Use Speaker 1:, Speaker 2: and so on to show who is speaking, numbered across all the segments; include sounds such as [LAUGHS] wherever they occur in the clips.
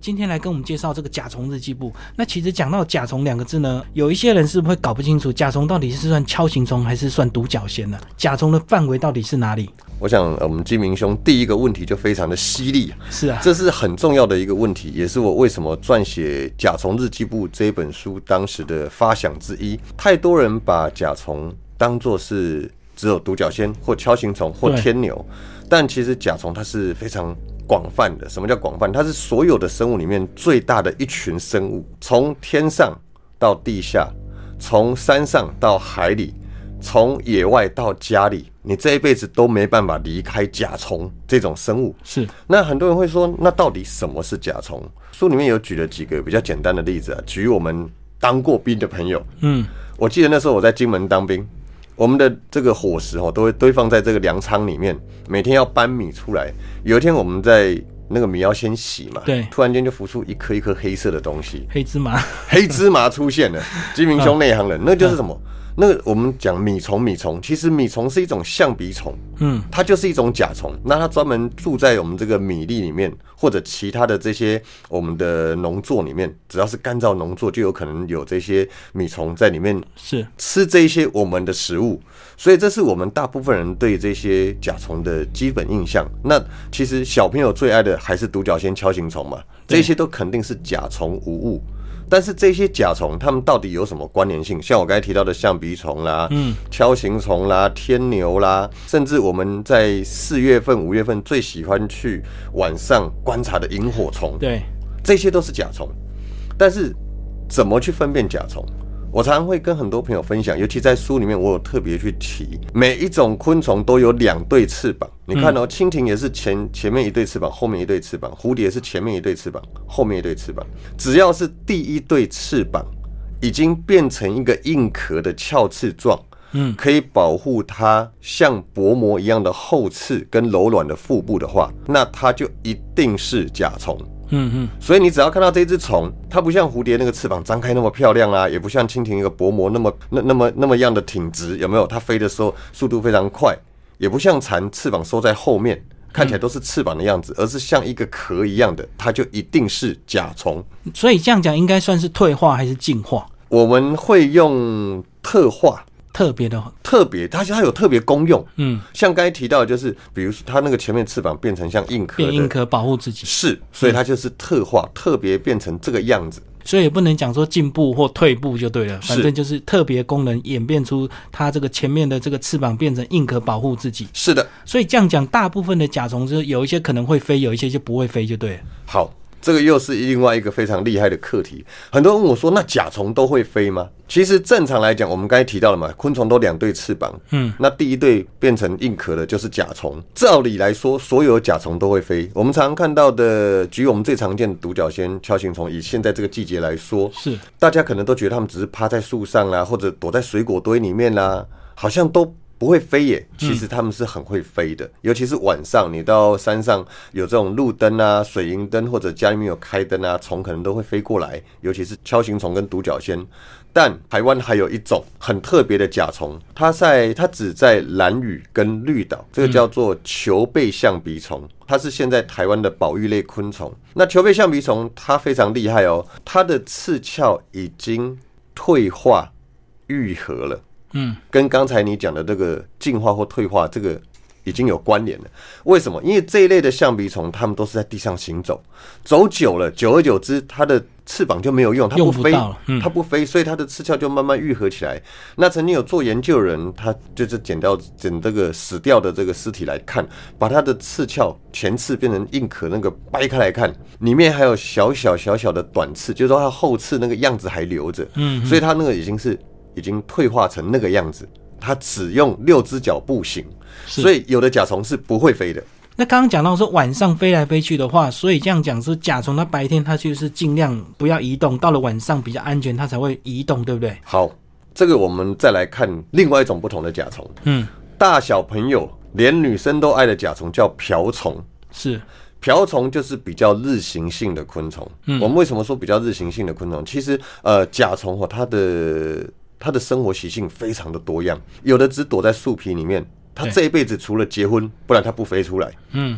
Speaker 1: 今天来跟我们介绍这个甲虫日记簿。那其实讲到甲虫两个字呢，有一些人是不会搞不清楚甲虫到底是算锹形虫还是算独角仙呢？甲虫的范围到底是哪里？
Speaker 2: 我想，呃我们金明兄第一个问题就非常的犀利，
Speaker 1: 是啊，
Speaker 2: 这是很重要的一个问题，也是我为什么撰写《甲虫日记簿》这一本书当时的发想之一。太多人把甲虫当作是只有独角仙或锹形虫或
Speaker 1: 对
Speaker 2: 天牛，但其实甲虫它是非常广泛的。什么叫广泛？它是所有的生物里面最大的一群生物，从天上到地下，从山上到海里，从野外到家里，你这一辈子都没办法离开甲虫这种生物。
Speaker 1: 是
Speaker 2: 那很多人会说，那到底什么是甲虫？书里面有举了几个比较简单的例子啊，举我们当过兵的朋友，
Speaker 1: 嗯，
Speaker 2: 我记得那时候我在金门当兵，我们的这个伙食哦都会堆放在这个粮仓里面，每天要搬米出来。有一天我们在那个米要先洗嘛，
Speaker 1: 对
Speaker 2: 突然间就浮出一颗一颗黑色的东西，
Speaker 1: 黑芝麻，
Speaker 2: 黑芝麻出现了，金明
Speaker 1: 嗯
Speaker 2: 兄内行人，那就是什么？那个我们讲米虫，米虫其实米虫是一种象鼻虫，
Speaker 1: [LAUGHS] 嗯，
Speaker 2: 它就是一种甲虫。那它专门住在我们这个米粒里面，或者其他的这些我们的农作里面，只要是干燥农作，就有可能有这些米虫在里面
Speaker 1: 是
Speaker 2: 吃这一些我们的食物，所以这是我们大部分人对这些甲虫的基本印象。那其实小朋友最爱的还是独角仙、锹形虫嘛，这些都肯定是甲虫无误。但是这些甲虫它们到底有什么关联性？像我刚才提到的象鼻虫啦、
Speaker 1: 嗯、
Speaker 2: 锹形虫啦、天牛啦，甚至我们在四月份、五月份最喜欢去晚上观察的萤火虫，
Speaker 1: 对，
Speaker 2: 这些都是甲虫。但是怎么去分辨甲虫？我常常会跟很多朋友分享，尤其在书里面，我有特别去提，每一种昆虫都有两对翅膀。你看哦，蜻蜓也是前前面一对翅膀，后面一对翅膀；蝴蝶是前面一对翅膀，后面一对翅膀。只要是第一对翅膀已经变成一个硬壳的鞘翅状，
Speaker 1: 嗯，
Speaker 2: 可以保护它像薄膜一样的后翅跟柔软的腹部的话，那它就一定是甲虫。
Speaker 1: 嗯嗯，
Speaker 2: 所以你只要看到这只虫，它不像蝴蝶那个翅膀张开那么漂亮啊，也不像蜻蜓一个薄膜那么那那么那么样的挺直，有没有？它飞的时候速度非常快，也不像蝉翅膀收在后面，看起来都是翅膀的样子，而是像一个壳一样的，它就一定是甲虫。
Speaker 1: 所以这样讲应该算是退化还是进化？
Speaker 2: 我们会用特化，
Speaker 1: 特别的，
Speaker 2: 特别它它有特别功用，
Speaker 1: 嗯，
Speaker 2: 像刚才提到的就是，比如说它那个前面翅膀变成像硬壳
Speaker 1: 变
Speaker 2: 的，
Speaker 1: 硬壳保护自己，
Speaker 2: 是，所以它就是特化，特别变成这个样子。
Speaker 1: 所以也不能讲说进步或退步就对了，反
Speaker 2: 是
Speaker 1: 正就是特别功能演变出它这个前面的这个翅膀变成硬壳保护自己。
Speaker 2: 是的，
Speaker 1: 所以这样讲，大部分的甲虫就是有一些可能会飞，有一些就不会飞，就对了。
Speaker 2: 好，这个又是另外一个非常厉害的课题。很多人问我说：“那甲虫都会飞吗？”其实正常来讲，我们刚才提到了嘛，昆虫都两对翅膀，
Speaker 1: 嗯，
Speaker 2: 那第一对变成硬壳的就是甲虫。照理来说，所有甲虫都会飞。我们常看到的，举我们最常见的独角仙、锹形虫，以现在这个季节来说，
Speaker 1: 是
Speaker 2: 大家可能都觉得它们只是趴在树上啦，或者躲在水果堆里面啦，好像都不会飞耶。其实它们是很会飞的，尤其是晚上，你到山上有这种路灯啊、水银灯，或者家里面有开灯啊，虫可能都会飞过来，尤其是锹形虫跟独角仙。但台湾还有一种很特别的甲虫，它在它只在蓝屿跟绿岛，这个叫做球背象鼻虫，它是现在台湾的保育类昆虫。那球背象鼻虫它非常厉害哦，它的翅鞘已经退化愈合了，
Speaker 1: 嗯，
Speaker 2: 跟刚才你讲的这个进化或退化这个。已经有关联了，为什么？因为这一类的象鼻虫，它们都是在地上行走，走久了，久而久之，它的翅膀就没有用，它
Speaker 1: 用不
Speaker 2: 飞
Speaker 1: 到了，嗯
Speaker 2: 它不飞，所以它的翅鞘就慢慢愈合起来。那曾经有做研究的人，他就是捡到捡这个死掉的这个尸体来看，把它的翅鞘前翅变成硬壳那个掰开来看，里面还有小小小小的短翅，就是说它后翅那个样子还留着，
Speaker 1: 嗯，
Speaker 2: 所以它那个已经是已经退化成那个样子，它只用六只脚步行，
Speaker 1: 是
Speaker 2: 所以有的甲虫是不会飞的。
Speaker 1: 那刚刚讲到说晚上飞来飞去的话，所以这样讲是甲虫它白天它就是尽量不要移动，到了晚上比较安全，它才会移动，对不对？
Speaker 2: 好，这个我们再来看另外一种不同的甲虫，
Speaker 1: 嗯，
Speaker 2: 大小朋友连女生都爱的甲虫叫瓢虫。
Speaker 1: 是
Speaker 2: 瓢虫就是比较日行性的昆虫。我们为什么说比较日行性的昆虫？其实，呃，甲虫哦，它的它的生活习性非常的多样，有的只躲在树皮里面，它
Speaker 1: 对
Speaker 2: 这一辈子除了结婚，不然它不飞出来。
Speaker 1: 嗯，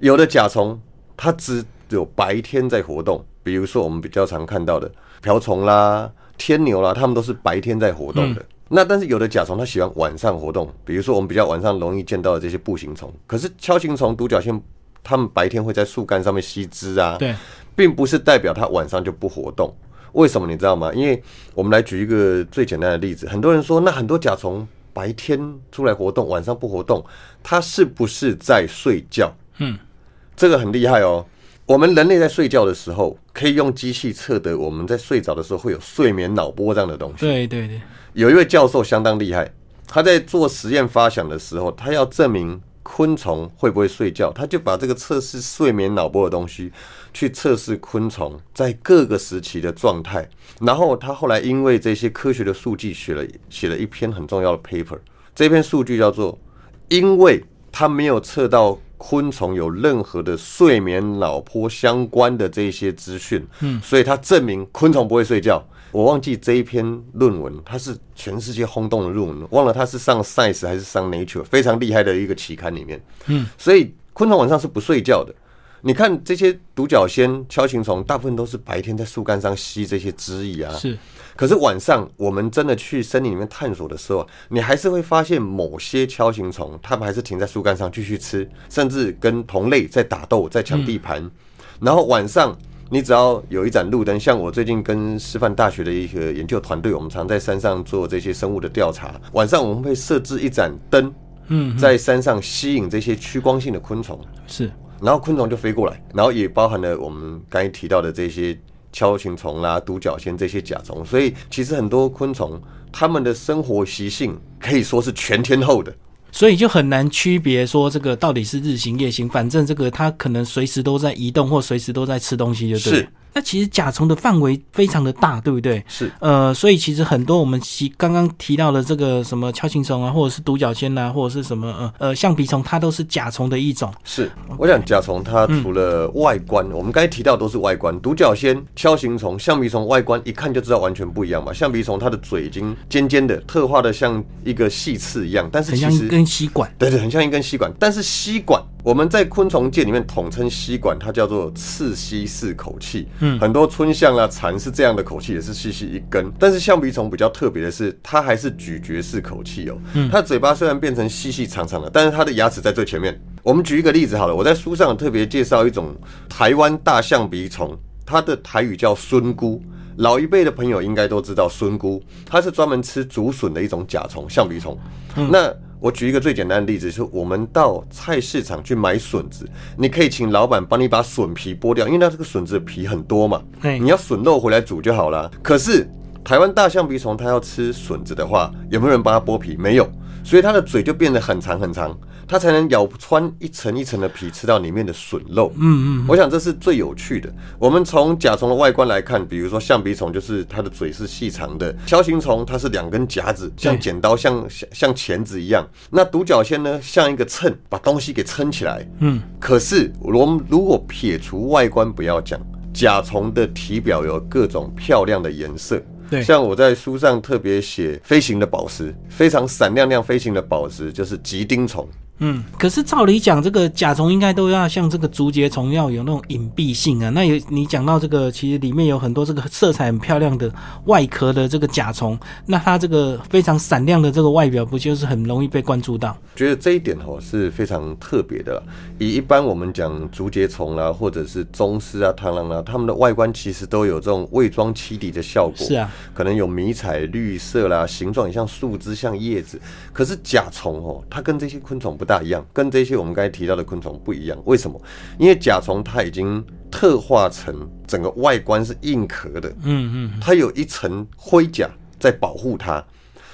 Speaker 2: 有的甲虫它只有白天在活动，比如说我们比较常看到的瓢虫啦、天牛啦，它们都是白天在活动的。那但是有的甲虫它喜欢晚上活动，比如说我们比较晚上容易见到的这些步行虫，可是锹形虫、独角仙，它们白天会在树干上面吸汁啊，
Speaker 1: 对，
Speaker 2: 并不是代表它晚上就不活动。为什么你知道吗？因为我们来举一个最简单的例子，很多人说那很多甲虫白天出来活动，晚上不活动，它是不是在睡觉？
Speaker 1: 嗯，
Speaker 2: 这个很厉害哦。我们人类在睡觉的时候，可以用机器测得我们在睡着的时候会有睡眠脑波这样的东西。
Speaker 1: 对对对，
Speaker 2: 有一位教授相当厉害，他在做实验发想的时候，他要证明昆虫会不会睡觉，他就把这个测试睡眠脑波的东西去测试昆虫在各个时期的状态。然后他后来因为这些科学的数据，写了写了一篇很重要的 paper。这篇数据叫做，因为他没有测到昆虫有任何的睡眠脑波相关的这些资讯，嗯，所以他证明昆虫不会睡觉。我忘记这一篇论文，它是全世界轰动的论文，忘了它是上 Science 还是上 Nature，非常厉害的一个期刊里面。嗯，所以昆虫晚上是不睡觉的。你看这些独角仙、锹形虫，大部分都是白天在树干上吸这些汁液啊，
Speaker 1: 是，
Speaker 2: 可是晚上我们真的去森林里面探索的时候啊，你还是会发现某些锹形虫，它们还是停在树干上继续吃，甚至跟同类在打斗，在抢地
Speaker 1: 嗯
Speaker 2: 盘。然后晚上你只要有一盏路灯，像我最近跟师范大学的一个研究团队，我们常在山上做这些生物的调查。晚上我们会设置一盏灯，
Speaker 1: 嗯，
Speaker 2: 在山上吸引这些趋光性的昆虫。
Speaker 1: 是，
Speaker 2: 然后昆虫就飞过来，然后也包含了我们刚才提到的这些锹形虫啦、独角仙这些甲虫，所以其实很多昆虫它们的生活习性可以说是全天候的。
Speaker 1: 所以就很难区别说这个到底是日行夜行，反正这个它可能随时都在移动或随时都在吃东西，就对了
Speaker 2: 是。
Speaker 1: 那其实甲虫的范围非常的大，对不对？
Speaker 2: 是
Speaker 1: 呃，所以其实很多我们其刚刚提到的这个什么锹形虫啊，或者是独角仙啊，或者是什么呃呃橡皮虫，它都是甲虫的一种。
Speaker 2: 是，我想甲虫它除了外观，我们刚才提到都是外观，独角仙、锹形虫、橡皮虫外观一看就知道完全不一样嘛。橡皮虫它的嘴已经尖尖的，特化的像一个细刺一样，但是
Speaker 1: 很
Speaker 2: 其
Speaker 1: 像
Speaker 2: 实
Speaker 1: 一根吸管，
Speaker 2: 对对，很像一根吸管，但是吸管我们在昆虫界里面统称吸管，它叫做刺吸式口器。嗯，很多春象啊、蝉是这样的口器，也是细细一根。但是橡皮虫比较特别的是，它还是咀嚼式口器哦。它嘴巴虽然变成细细长长的，但是它的牙齿在最前面。我们举一个例子好了，我在书上有特别介绍一种台湾大象鼻虫，它的台语叫孙菇。老一辈的朋友应该都知道孙菇，它是专门吃竹笋的一种甲虫，橡皮虫。那我举一个最简单的例子，就是我们到菜市场去买笋子，你可以请老板帮你把笋皮剥掉，因为它这个笋子的皮很多嘛，
Speaker 1: 对
Speaker 2: 你要笋肉回来煮就好啦。可是台湾大象鼻虫它要吃笋子的话，有没有人帮它剥皮？没有，所以它的嘴就变得很长很长，它才能咬穿一层一层的皮，吃到里面的笋肉。嗯嗯，我想这是最有趣的。我们从甲虫的外观来看，比如说象鼻虫，就是它的嘴是细长的；锹形虫它是两根夹子，像
Speaker 1: 对
Speaker 2: 剪刀，像像像钳子一样。那独角仙呢，像一个秤，把东西给撑起来。
Speaker 1: 嗯，
Speaker 2: 可是我们如果撇除外观不要讲，甲虫的体表有各种漂亮的颜色。
Speaker 1: 对
Speaker 2: 像我在书上特别写飞行的宝石，非常闪亮亮飞行的宝石就是吉丁虫。
Speaker 1: 嗯。可是照理讲，这个甲虫应该都要像这个竹节虫要有那种隐蔽性啊。那有你讲到这个，其实里面有很多这个色彩很漂亮的外壳的这个甲虫，那它这个非常闪亮的这个外表，不就是很容易被关注到？
Speaker 2: 觉得这一点哦是非常特别的啦。以一般我们讲竹节虫啦，或者是棕丝啊、螳螂啊，它们的外观其实都有这种伪装漆底的效果。
Speaker 1: 是啊，
Speaker 2: 可能有迷彩、绿色啦，形状也像树枝、像叶子。可是甲虫哦，它跟这些昆虫不大一样，跟这些我们刚才提到的昆虫不一样。为什么？因为甲虫它已经特化成整个外观是硬壳的，
Speaker 1: 嗯嗯，
Speaker 2: 它有一层盔甲在保护它，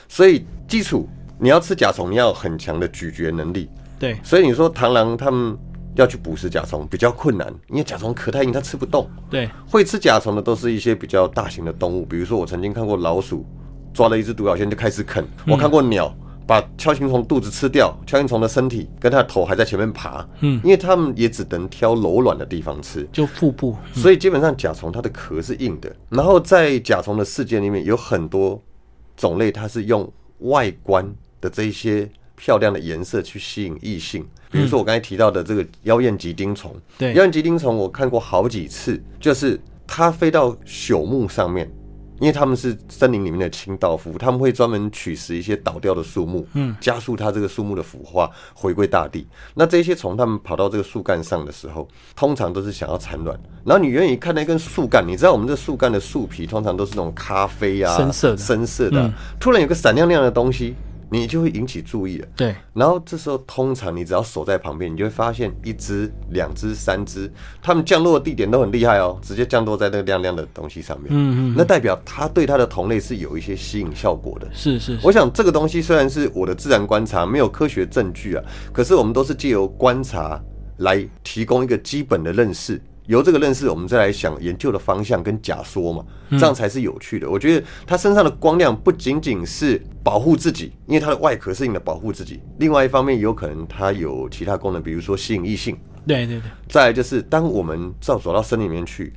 Speaker 2: 所以基础你要吃甲虫，你要有很强的咀嚼能力。
Speaker 1: 对，
Speaker 2: 所以你说螳螂它们要去捕食甲虫比较困难，因为甲虫壳太硬，它吃不动。
Speaker 1: 对，
Speaker 2: 会吃甲虫的都是一些比较大型的动物，比如说我曾经看过老鼠抓了一只独角仙就开始啃，我看过鸟把锹形虫肚子吃掉，锹形虫的身体跟它的头还在前面爬，
Speaker 1: 嗯，
Speaker 2: 因为它们也只能挑柔软的地方吃。
Speaker 1: 就腹部，
Speaker 2: 所以基本上甲虫它的壳是硬的，然后在甲虫的世界里面有很多种类，它是用外观的这一些漂亮的颜色去吸引异性。比如说我刚才提到的这个妖艳吉丁虫，
Speaker 1: 对
Speaker 2: 妖艳吉丁虫我看过好几次，就是它飞到朽木上面，因为他们是森林里面的清道夫，他们会专门取食一些倒掉的树木，嗯，加速它这个树木的腐化，回归大地。那这些虫它们跑到这个树干上的时候，通常都是想要产卵。然后你远远一看那根树干，你知道我们这树干的树皮通常都是那种咖啡啊，
Speaker 1: 深色的嗯
Speaker 2: 深色的啊、突然有个闪亮亮的东西，你就会引起注意了。
Speaker 1: 对，
Speaker 2: 然后这时候，通常你只要守在旁边，你就会发现一只、两只、三只，它们降落的地点都很厉害哦，直接降落在那个亮亮的东西上面。嗯嗯，那代表它对它的同类是有一些吸引效果的。
Speaker 1: 是是是，
Speaker 2: 我想这个东西虽然是我的自然观察，没有科学证据啊，可是我们都是借由观察来提供一个基本的认识。由这个认识，我们再来想研究的方向跟假说嘛，
Speaker 1: 嗯
Speaker 2: 这样才是有趣的。我觉得它身上的光亮不仅仅是保护自己，因为它的外壳是用来保护自己；另外一方面，有可能它有其他功能，比如说吸引异性。
Speaker 1: 对对对，
Speaker 2: 再来就是，当我们照走到森林里面去，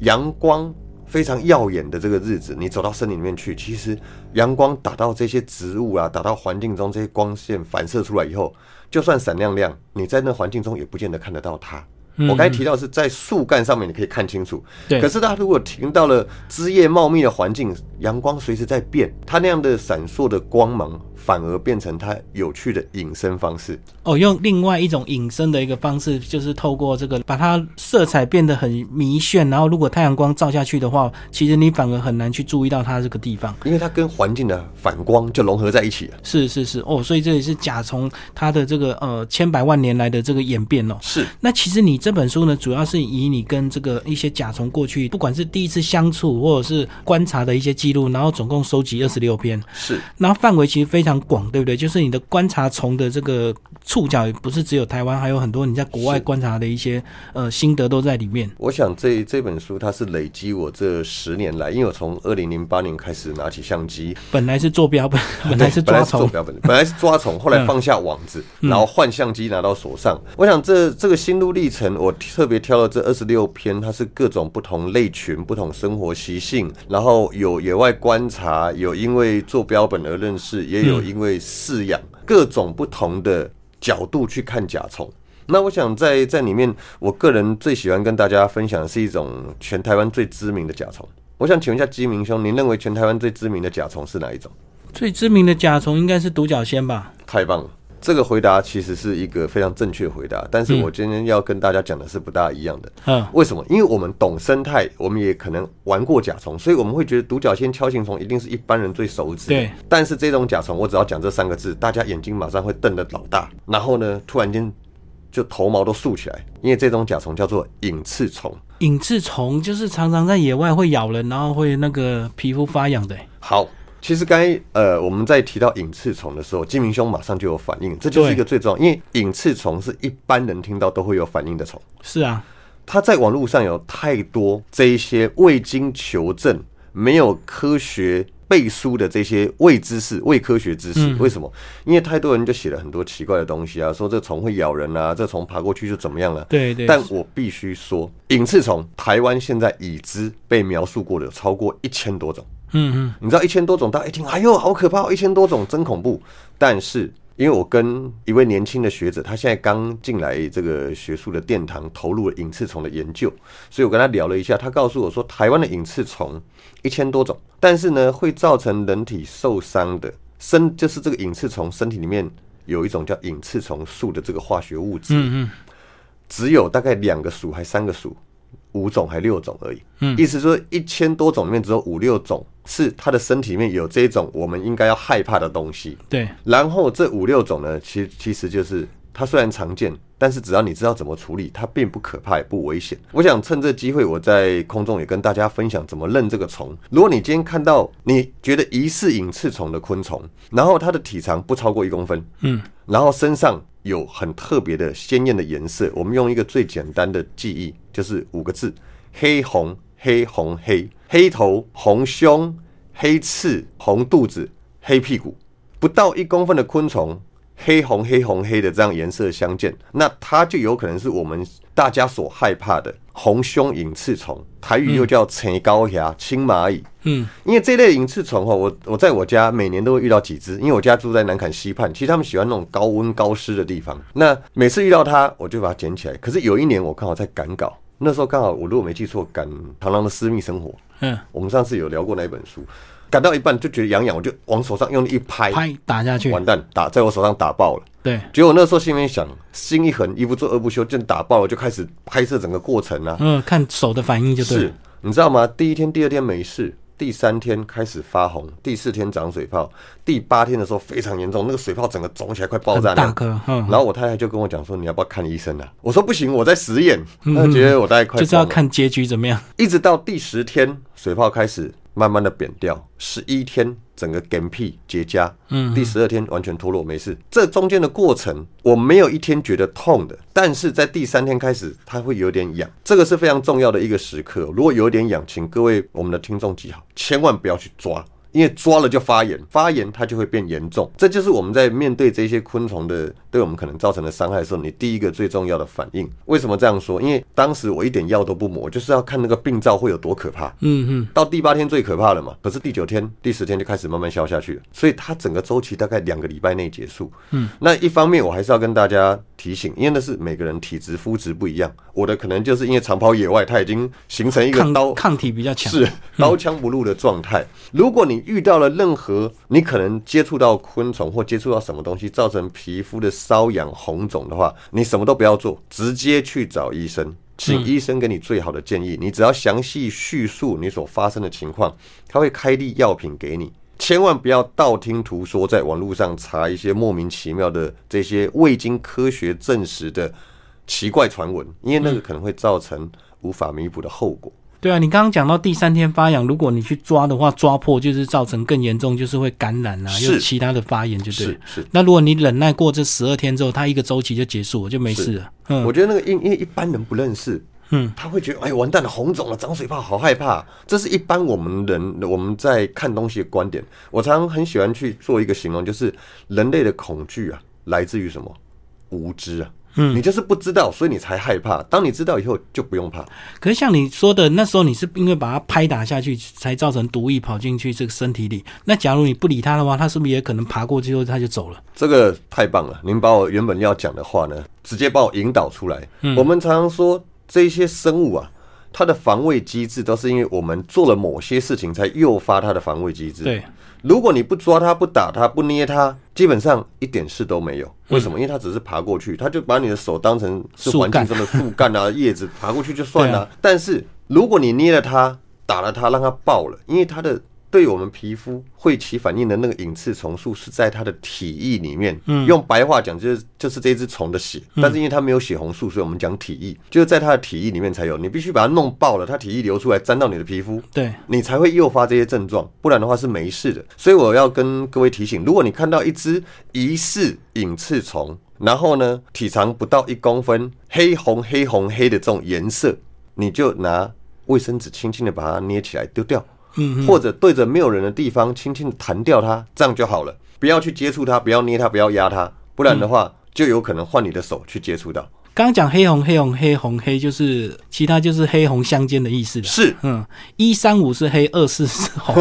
Speaker 2: 阳光非常耀眼的这个日子，你走到森林里面去，其实阳光打到这些植物啊，打到环境中这些光线反射出来以后，就算闪亮亮，你在那环境中也不见得看得到它。我刚才提到是在树干上面，你可以看清楚。
Speaker 1: 嗯对
Speaker 2: 可是它如果停到了枝叶茂密的环境，阳光随时在变，它那样的闪烁的光芒反而变成它有趣的隐身方式。
Speaker 1: 哦，用另外一种隐身的一个方式，就是透过这个把它色彩变得很迷炫，然后如果太阳光照下去的话，其实你反而很难去注意到它这个地方。
Speaker 2: 因为它跟环境的反光就融合在一起了。
Speaker 1: 是是是，哦，所以这也是甲虫它的这个呃千百万年来的这个演变哦。
Speaker 2: 是
Speaker 1: 那其实你这本书呢，主要是以你跟这个一些甲虫过去，不管是第一次相处或者是观察的一些记录，然后总共收集二十六篇，
Speaker 2: 是，
Speaker 1: 然后范围其实非常广，对不对？就是你的观察虫的这个触角，也不是只有台湾，还有很多你在国外观察的一些呃心得都在里面。
Speaker 2: 我想这这本书它是累积我这十年来，因为我从二零零八年开始拿起相机，
Speaker 1: 本来是坐标，本 [LAUGHS] 本来是
Speaker 2: 本来
Speaker 1: 抓
Speaker 2: 是做
Speaker 1: 虫，嗯
Speaker 2: 标本，本来是抓虫，后来放下网子，然后换相机拿到手上。我想这这个心路历程，我特别挑了这二十六篇，它是各种不同类群、不同生活习性，然后有野外观察，有因为做标本而认识，也
Speaker 1: 嗯
Speaker 2: 有因为饲养，各种不同的角度去看甲虫。那我想在在里面，我个人最喜欢跟大家分享的是一种全台湾最知名的甲虫。我想请问一下基明兄，您认为全台湾最知名的甲虫是哪一种？
Speaker 1: 最知名的甲虫应该是独角仙吧？
Speaker 2: 太棒了！这个回答其实是一个非常正确的回答，但是我今天要跟大家讲的是不大一样的。
Speaker 1: 嗯，
Speaker 2: 为什么？因为我们懂生态，我们也可能玩过甲虫，所以我们会觉得独角仙、锹形虫一定是一般人最熟知的。
Speaker 1: 对。
Speaker 2: 但是这种甲虫，我只要讲这三个字，大家眼睛马上会瞪得老大，然后呢，突然间就头毛都竖起来，因为这种甲虫叫做隐翅虫。
Speaker 1: 隐翅虫就是常常在野外会咬人，然后会那个皮肤发痒的、
Speaker 2: 好，其实刚才呃我们在提到隐翅虫的时候，金明兄马上就有反应，这就是一个最重要，因为隐翅虫是一般人听到都会有反应的虫。
Speaker 1: 是啊，
Speaker 2: 它在网络上有太多这一些未经求证、没有科学背书的这些伪知识、伪科学知识。为什么？因为太多人就写了很多奇怪的东西啊，说这虫会咬人啊，这虫爬过去就怎么样了、
Speaker 1: 对对
Speaker 2: 但我必须说，隐翅虫台湾现在已知被描述过的有超过一千多种。
Speaker 1: 嗯嗯，
Speaker 2: 你知道一千多种，大家一听，哎呦，好可怕、哦，一千多种真恐怖。但是因为我跟一位年轻的学者，他现在刚进来这个学术的殿堂，投入了隐翅虫的研究，所以我跟他聊了一下，他告诉我说，台湾的隐翅虫一千多种，但是呢，会造成人体受伤的身，就是这个隐翅虫身体里面有一种叫隐翅虫素的这个化学物质，只有大概两个属还三个属，五种还六种而已。嗯，意思说一千多种里面只有五六种是它的身体里面有这种我们应该要害怕的东西。
Speaker 1: 对，
Speaker 2: 然后这五六种呢，其其实就是它虽然常见，但是只要你知道怎么处理，它并不可怕也不危险。我想趁这机会，我在空中也跟大家分享怎么认这个虫。如果你今天看到你觉得疑似隐翅虫的昆虫，然后它的体长不超过一公分，嗯，然后身上有很特别的鲜艳的颜色，我们用一个最简单的记忆，就是五个字：黑红黑红黑，黑头红胸黑翅红肚子黑屁股。不到一公分的昆虫，黑红黑红黑的这样颜色相间，那它就有可能是我们大家所害怕的红胸隐翅虫，台语又叫青高牙、青蚂蚁。
Speaker 1: 嗯，
Speaker 2: 因为这类隐翅虫哈，我我在我家每年都会遇到几只，因为我家住在南坎西畔，其实他们喜欢那种高温高湿的地方。那每次遇到它，我就把它捡起来。可是有一年我刚好在赶稿，那时候刚好我如果没记错，赶《螳螂的私密生活》，
Speaker 1: 嗯，
Speaker 2: 我们上次有聊过那一本书，赶到一半就觉得痒痒，我就往手上用力一拍，
Speaker 1: 拍打下去，
Speaker 2: 哎完蛋，打在我手上打爆了。
Speaker 1: 对，
Speaker 2: 结果那时候心里面想，心一横，一不做二不休，就打爆了，就开始拍摄整个过程啊。
Speaker 1: 嗯，看手的反应就对
Speaker 2: 是
Speaker 1: 了，，
Speaker 2: 你知道吗？第一天、第二天没事，第三天开始发红，第四天长水泡，第八天的时候非常严重，那个水泡整个肿起来，快爆炸
Speaker 1: 很大
Speaker 2: 了。
Speaker 1: 颗，嗯，
Speaker 2: 然后我太太就跟我讲说：“你要不要看医生啊？”我说：“不行，我在实验。”她觉得我大概快
Speaker 1: 嗯就是要
Speaker 2: 疯了。
Speaker 1: 看结局怎么样，
Speaker 2: 一直到第十天，水泡开始慢慢的扁掉，十一天整个嗝屁结痂，
Speaker 1: 嗯，
Speaker 2: 第十二天完全脱落没事。这中间的过程，我没有一天觉得痛的，但是在第三天开始，它会有点痒，这个是非常重要的一个时刻。哦如果有点痒，请各位我们的听众记好，千万不要去抓。因为抓了就发炎，发炎它就会变严重，这就是我们在面对这些昆虫的对我们可能造成的伤害的时候，你第一个最重要的反应。为什么这样说？因为当时我一点药都不抹，我就是要看那个病灶会有多可怕。
Speaker 1: 嗯嗯，
Speaker 2: 到第八天最可怕了嘛，可是第九天、第十天就开始慢慢消下去了，所以它整个周期大概两个礼拜内结束。嗯，那一方面我还是要跟大家提醒，因为那是每个人体质肤质不一样，我的可能就是因为长跑野外，它已经形成一个刀
Speaker 1: 抗抗体比较强，
Speaker 2: 是刀枪不入的状态。如果你遇到了任何你可能接触到昆虫或接触到什么东西造成皮肤的瘙痒、红肿的话，你什么都不要做，直接去找医
Speaker 1: 嗯
Speaker 2: 生。请医生给你最好的建议，你只要详细叙述你所发生的情况，他会开立药品给你。千万不要道听途说，在网络上查一些莫名其妙的这些未经科学证实的奇怪传闻，因为那
Speaker 1: 嗯
Speaker 2: 个可能会造成无法弥补的后果。
Speaker 1: 对啊，你刚刚讲到第三天发痒，如果你去抓的话，抓破就是造成更严重，就是会感染啊，
Speaker 2: 是
Speaker 1: 有其他的发炎，就对了
Speaker 2: 是。是，
Speaker 1: 那如果你忍耐过这十二天之后，它一个周期就结束了，就没事了。嗯，
Speaker 2: 我觉得那个因因为一般人不认识，
Speaker 1: 嗯，
Speaker 2: 他会觉得哎完蛋了，红肿了，长水泡，好害怕。这是一般我们人我们在看东西的观点。我常常很喜欢去做一个形容，就是人类的恐惧啊，来自于什么？无知啊。嗯，你就是不知道，所以你才害怕。当你知道以后，就不用怕。
Speaker 1: 可是像你说的，那时候你是因为把它拍打下去，才造成毒液跑进去这个身体里。那假如你不理它的话，它是不是也可能爬过去之后它就走了？
Speaker 2: 这个太棒了！您把我原本要讲的话呢，直接把我引导出来。我们常常说这些生物啊，它的防卫机制都是因为我们做了某些事情才诱发它的防卫机制。
Speaker 1: 对，
Speaker 2: 如果你不抓它、不打它、不捏它，基本上一点事都没有。为什么？因为它只是爬过去，它就把你的手当成是环境中的树干啊、叶子，爬过去就算了、
Speaker 1: 对
Speaker 2: 但是如果你捏了它、打了它，让它爆了，因为它的对我们皮肤会起反应的那个隐翅虫素是在它的体液里面。嗯，用白话讲就是就是这只虫的血，但是因为它没有血红素，所以我们讲体液，就是在它的体液里面才有。你必须把它弄爆了，它体液流出来沾到你的皮肤，
Speaker 1: 对，
Speaker 2: 你才会诱发这些症状，不然的话是没事的。所以我要跟各位提醒，如果你看到一只疑似隐翅虫，然后呢体长不到一公分，黑红黑红黑的这种颜色，你就拿卫生纸轻轻的把它捏起来丢掉，嗯，或者对着没有人的地方轻轻的弹掉它，这样就好了。不要去接触它，不要捏它，不要压它，不然的话、就有可能换你的手去接触到。
Speaker 1: 刚刚讲黑红黑红黑红黑，就是其他就是黑红相间的意思了。
Speaker 2: 是，
Speaker 1: 嗯，一三五是黑，二四是
Speaker 2: [LAUGHS]
Speaker 1: 红，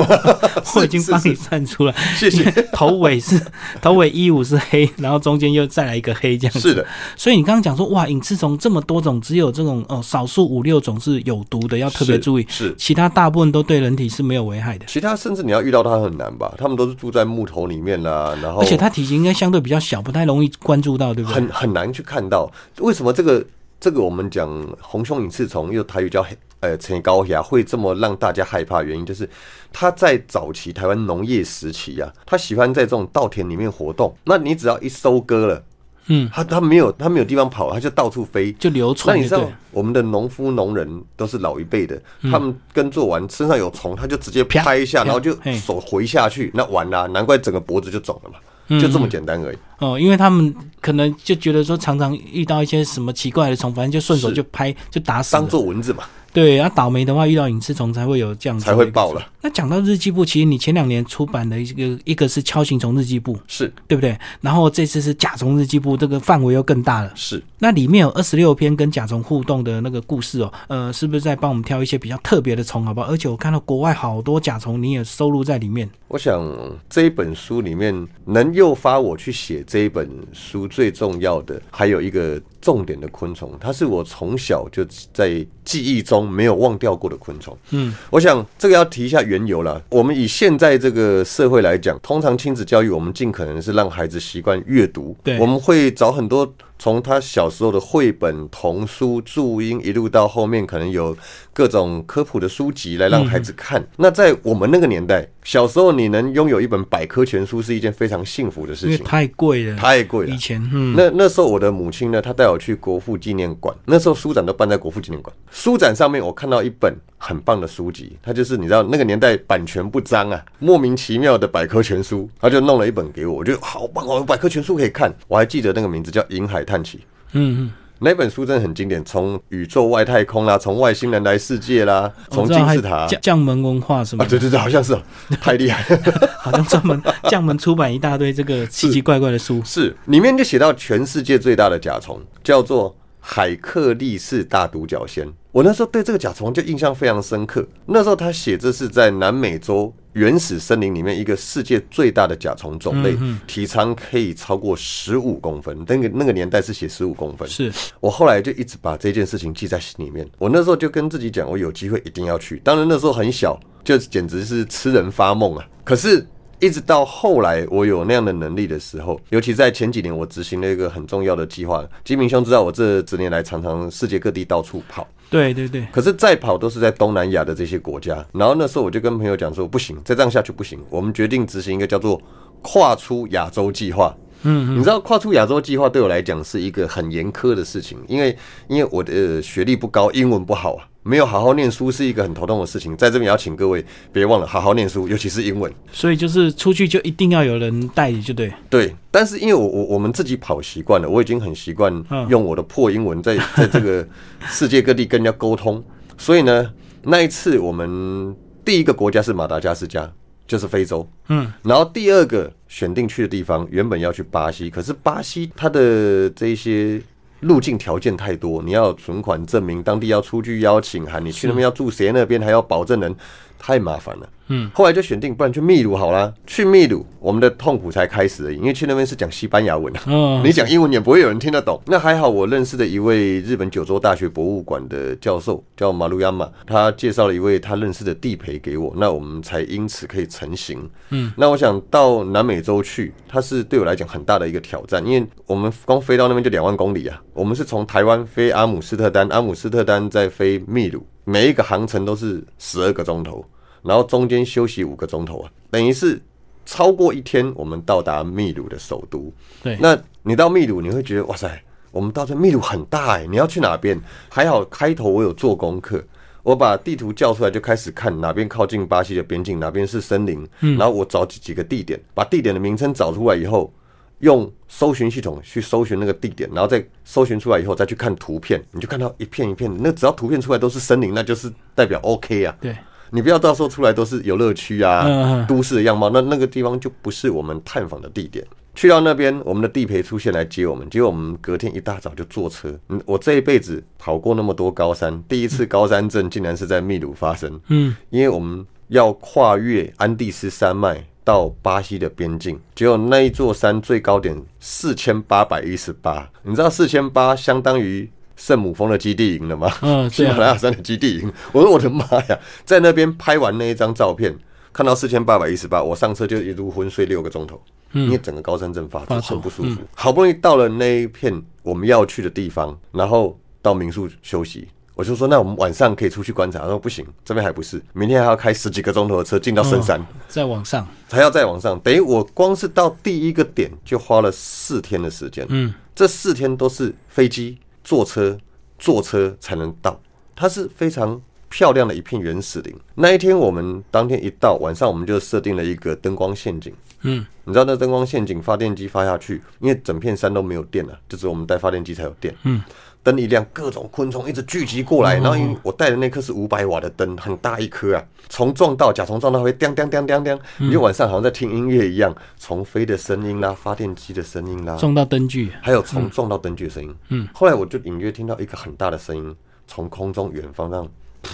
Speaker 1: 我已经帮你算出来，
Speaker 2: 谢谢。
Speaker 1: 头尾是 [LAUGHS] 头尾一五是黑，然后中间又再来一个黑这样子。
Speaker 2: 是的，
Speaker 1: 所以你刚刚讲说，哇，隐翅虫这么多种，只有这种哦少数五六种是有毒的，要特别
Speaker 2: 是
Speaker 1: 注意，
Speaker 2: 是
Speaker 1: 其他大部分都对人体是没有危害的。
Speaker 2: 其他甚至你要遇到它很难吧？他们都是住在木头里面啦，然后
Speaker 1: 而且它体型应该相对比较小，不太容易关注到，对不对？
Speaker 2: 哦很很难去看到。为什么这个这个我们讲红胸隐翅虫，又台语叫黑呃陈高霞，会这么让大家害怕？原因就是它在早期台湾农业时期啊，它喜欢在这种稻田里面活动。那你只要一收割了，
Speaker 1: 嗯，
Speaker 2: 它它没有它没有地方跑，它就到处飞，
Speaker 1: 就流
Speaker 2: 那
Speaker 1: 窜
Speaker 2: 你
Speaker 1: 就
Speaker 2: 知
Speaker 1: 对
Speaker 2: 道
Speaker 1: 了。
Speaker 2: 我们的农夫农人都是老一辈的，他们耕作完身上有虫，他就直接
Speaker 1: 啪
Speaker 2: 拍一下，
Speaker 1: 啪
Speaker 2: 然后就
Speaker 1: 嘿
Speaker 2: 手回下去，那完啦、难怪整个脖子就肿了嘛，
Speaker 1: 嗯
Speaker 2: 就这么简单而已。
Speaker 1: 哦，因为他们可能就觉得说，常常遇到一些什么奇怪的虫，反正就顺手
Speaker 2: 是
Speaker 1: 就拍就打死
Speaker 2: 当
Speaker 1: 了。
Speaker 2: 做蚊子嘛，
Speaker 1: 对，然后倒霉的话遇到隐翅虫才会有这样子
Speaker 2: 才会爆了。
Speaker 1: 那讲到日记簿，其实你前两年出版的一个一个是敲形虫日记簿，
Speaker 2: 是
Speaker 1: 对不对？然后这次是甲虫日记簿，这个范围又更大了。
Speaker 2: 是，
Speaker 1: 那里面有二十六篇跟甲虫互动的那个故事哦，呃，是不是在帮我们挑一些比较特别的虫，啊好不好？而且我看到国外好多甲虫，你也收录在里面。
Speaker 2: 我想这一本书里面能诱发我去写这一本书最重要的，还有一个重点的昆虫，它是我从小就在记忆中没有忘掉过的昆虫。
Speaker 1: 嗯，
Speaker 2: 我想这个要提一下缘由啦。我们以现在这个社会来讲，通常亲子教育我们尽可能是让孩子习惯阅读，
Speaker 1: 对
Speaker 2: 我们会找很多。从他小时候的绘本、童书、注音，一路到后面可能有各种科普的书籍来让孩子
Speaker 1: 嗯
Speaker 2: 看。那在我们那个年代，小时候你能拥有一本百科全书是一件非常幸福的事
Speaker 1: 因为
Speaker 2: 情，
Speaker 1: 太贵了，
Speaker 2: 太贵了
Speaker 1: 以。前嗯，
Speaker 2: 那那时候我的母亲呢，她带我去国父纪念馆，那时候书展都办在国父纪念馆。书展上面我看到一本很棒的书籍，它就是你知道那个年代版权不彰啊，莫名其妙的百科全书，她就弄了一本给我，我觉得好棒哦，有百科全书可以看。我还记得那个名字叫《银海探奇》。
Speaker 1: 嗯嗯，
Speaker 2: 那本书真的很经典，从宇宙外太空啦，从外星人来世界啦，从
Speaker 1: 我知
Speaker 2: 金
Speaker 1: 道还
Speaker 2: 字塔
Speaker 1: 将将门文化什么
Speaker 2: 啊，
Speaker 1: 的，
Speaker 2: 对对对，好像是哦，太厉害了。
Speaker 1: 好像专门 [LAUGHS] 将门出版一大堆这个奇奇怪怪的书。
Speaker 2: 是，里面就写到全世界最大的甲虫叫做海克力士大独角仙。我那时候对这个甲虫就印象非常深刻。那时候他写这是在南美洲原始森林里面一个世界最大的甲虫种类，体长可以超过十五公分。那个那个年代是写十五公分，
Speaker 1: 是，
Speaker 2: 我后来就一直把这件事情记在心里面。我那时候就跟自己讲，我有机会一定要去。当然那时候很小，就简直是痴人发梦啊。可是，一直到后来我有那样的能力的时候，尤其在前几年，我执行了一个很重要的计划。金明兄知道，我这十年来常常世界各地到处跑。
Speaker 1: 对对对，
Speaker 2: 可是再跑都是在东南亚的这些国家。然后那时候我就跟朋友讲说，不行，再这样下去不行，我们决定执行一个叫做“跨出亚洲计划”。嗯，你知道跨出亚洲计划对我来讲是一个很严苛的事情，因为因为我的、呃学历不高，英文不好啊，没有好好念书是一个很头痛的事情。在这边也要请各位别忘了好好念书，尤其是英文。
Speaker 1: 所以就是出去就一定要有人带你，就对。
Speaker 2: 对，但是因为我我我们自己跑习惯了，我已经很习惯
Speaker 1: 嗯
Speaker 2: 用我的破
Speaker 1: [LAUGHS]
Speaker 2: 英文在在这个世界各地跟人家沟通，所以呢，那一次我们第一个国家是马达加斯加，就是非洲，
Speaker 1: 嗯，
Speaker 2: 然后第二个选定去的地方原本要去巴西，可是巴西它的这一些。入境条件太多，你要有存款证明，当地要出具邀请函，你去那边要住谁那边，还要保证人，太麻烦了。后来就选定，不然去秘鲁好啦。去秘鲁，我们的痛苦才开始而已，因为去那边是讲西班牙文啊。
Speaker 1: 哦，
Speaker 2: 你讲英文也不会有人听得懂。那还好，我认识的一位日本九州大学博物馆的教授叫马路亚马，他介绍了一位他认识的地陪给我，那我们才因此可以成型。嗯，那我想到南美洲去，它是对我来讲很大的一个挑战，因为我们光飞到那边就两万公里啊。我们是从台湾飞阿姆斯特丹，阿姆斯特丹再飞秘鲁，每一个航程都是十二个钟头，然后中间休息五个钟头啊，等于是。超过一天，我们到达秘鲁的首都。
Speaker 1: 对
Speaker 2: 那你到秘鲁，你会觉得哇塞，我们到这秘鲁很大哎、你要去哪边？还好开头我有做功课，我把地图叫出来就开始看哪边靠近巴西的边境，哪边是森林，然后我找几几个地点，把地点的名称找出来以后。用搜寻系统去搜寻那个地点，然后再搜寻出来以后，再去看图片，你就看到一片一片的。那只要图片出来都是森林，那就是代表 OK 啊。
Speaker 1: 对，
Speaker 2: 你不要到时候出来都是游乐区啊、
Speaker 1: 嗯嗯
Speaker 2: 都市的样貌，那那个地方就不是我们探访的地点。去到那边，我们的地陪出现来接我们，结果我们隔天一大早就坐车。嗯，我这一辈子跑过那么多高山，第一次高山症竟然是在秘鲁发生。
Speaker 1: 嗯，
Speaker 2: 因为我们要跨越安第斯山脉到巴西的边境，结果那一座山最高点四千八百一十八，你知道四千八相当于圣母峰的基地营了吗？
Speaker 1: 嗯
Speaker 2: 喜
Speaker 1: 对啊
Speaker 2: 马拉雅山的基地营。我说我的妈呀，在那边拍完那一张照片，看到四千八百一十八，我上车就一路昏睡六个钟头，因为整个高山症嗯发
Speaker 1: 发
Speaker 2: 作嗯
Speaker 1: 作
Speaker 2: 很不舒服。好不容易到了那一片我们要去的地方，然后到民宿休息。我就说，那我们晚上可以出去观察。他说不行，这边还不是，明天还要开十几个钟头的车进到深山，
Speaker 1: 再往上，
Speaker 2: 还要再往上。等于我光是到第一个点就花了四天的时间。
Speaker 1: 嗯，
Speaker 2: 这四天都是飞机、坐车、坐车才能到，它是非常漂亮的一片原始林。那一天我们当天一到，晚上我们就设定了一个灯光陷阱。
Speaker 1: 嗯，
Speaker 2: 你知道那啊灯光陷阱发电机发下去，因为整片山都没有电了、就只有我们带发电机才有电。嗯，灯一亮，各种昆虫一直聚集过来。然后因为我带的那颗是五百瓦的灯，很大一颗啊，虫撞到甲虫撞到会叮叮叮叮叮，你就晚上好像在听音乐一样，虫飞的声音啦，发电机的声音啦，
Speaker 1: 撞到灯具，
Speaker 2: 还有虫撞到灯具的声音。嗯，后来我就隐约听到一个很大的声音从空中远方上